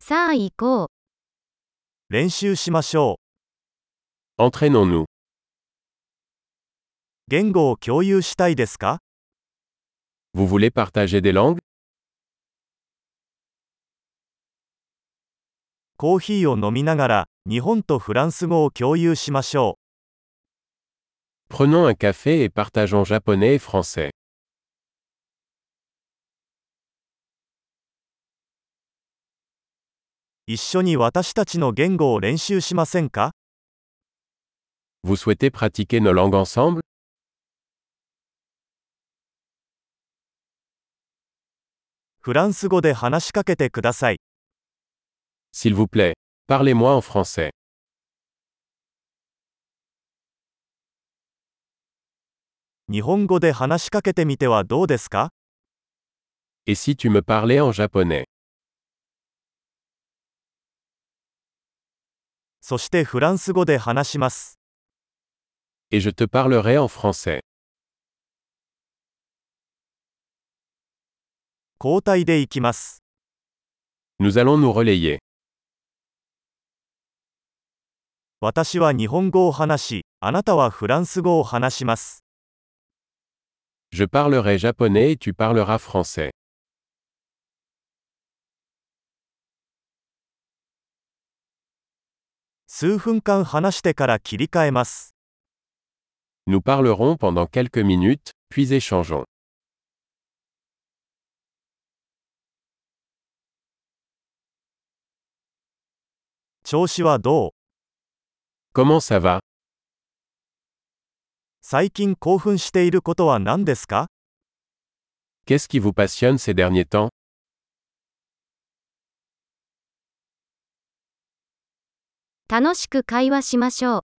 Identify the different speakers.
Speaker 1: さあ行こう。
Speaker 2: 練習しましょう。
Speaker 3: Entraînons-nous.
Speaker 2: 言語を共有したいですか
Speaker 3: Vous voulez partager des langues
Speaker 2: コーヒーを飲みながら、日本とフランス語を共有しましょ
Speaker 3: Prenons un café et partageons japonais et français.
Speaker 2: う。一緒に私たちの言語を練習しませんか
Speaker 3: Vous souhaitez pratiquer nos langues ensemble
Speaker 2: フランス語で話しかけてください。
Speaker 3: S'il vous plaît, parlez-moi en français.
Speaker 2: 日本語で話しかけてみてはどうですか
Speaker 3: Et si tu me parlais en japonais
Speaker 2: そしてフランス語で話します。
Speaker 3: Et je te parlerai en français.
Speaker 2: 交代でいきます。
Speaker 3: Nous allons nous relayer.
Speaker 2: 私は日本語を話し、あなたはフランス語を話します。
Speaker 3: Je parlerai japonais et tu parleras français.
Speaker 2: 数分間話してから切り替えます。
Speaker 3: Nous parlerons pendant quelques minutes, puis échangeons.
Speaker 2: 調子はどう
Speaker 3: Comment ça va
Speaker 2: 最近興奮していることは何ですか
Speaker 3: Qu'est-ce qui vous passionne ces derniers temps
Speaker 1: 楽しく会話しましょう。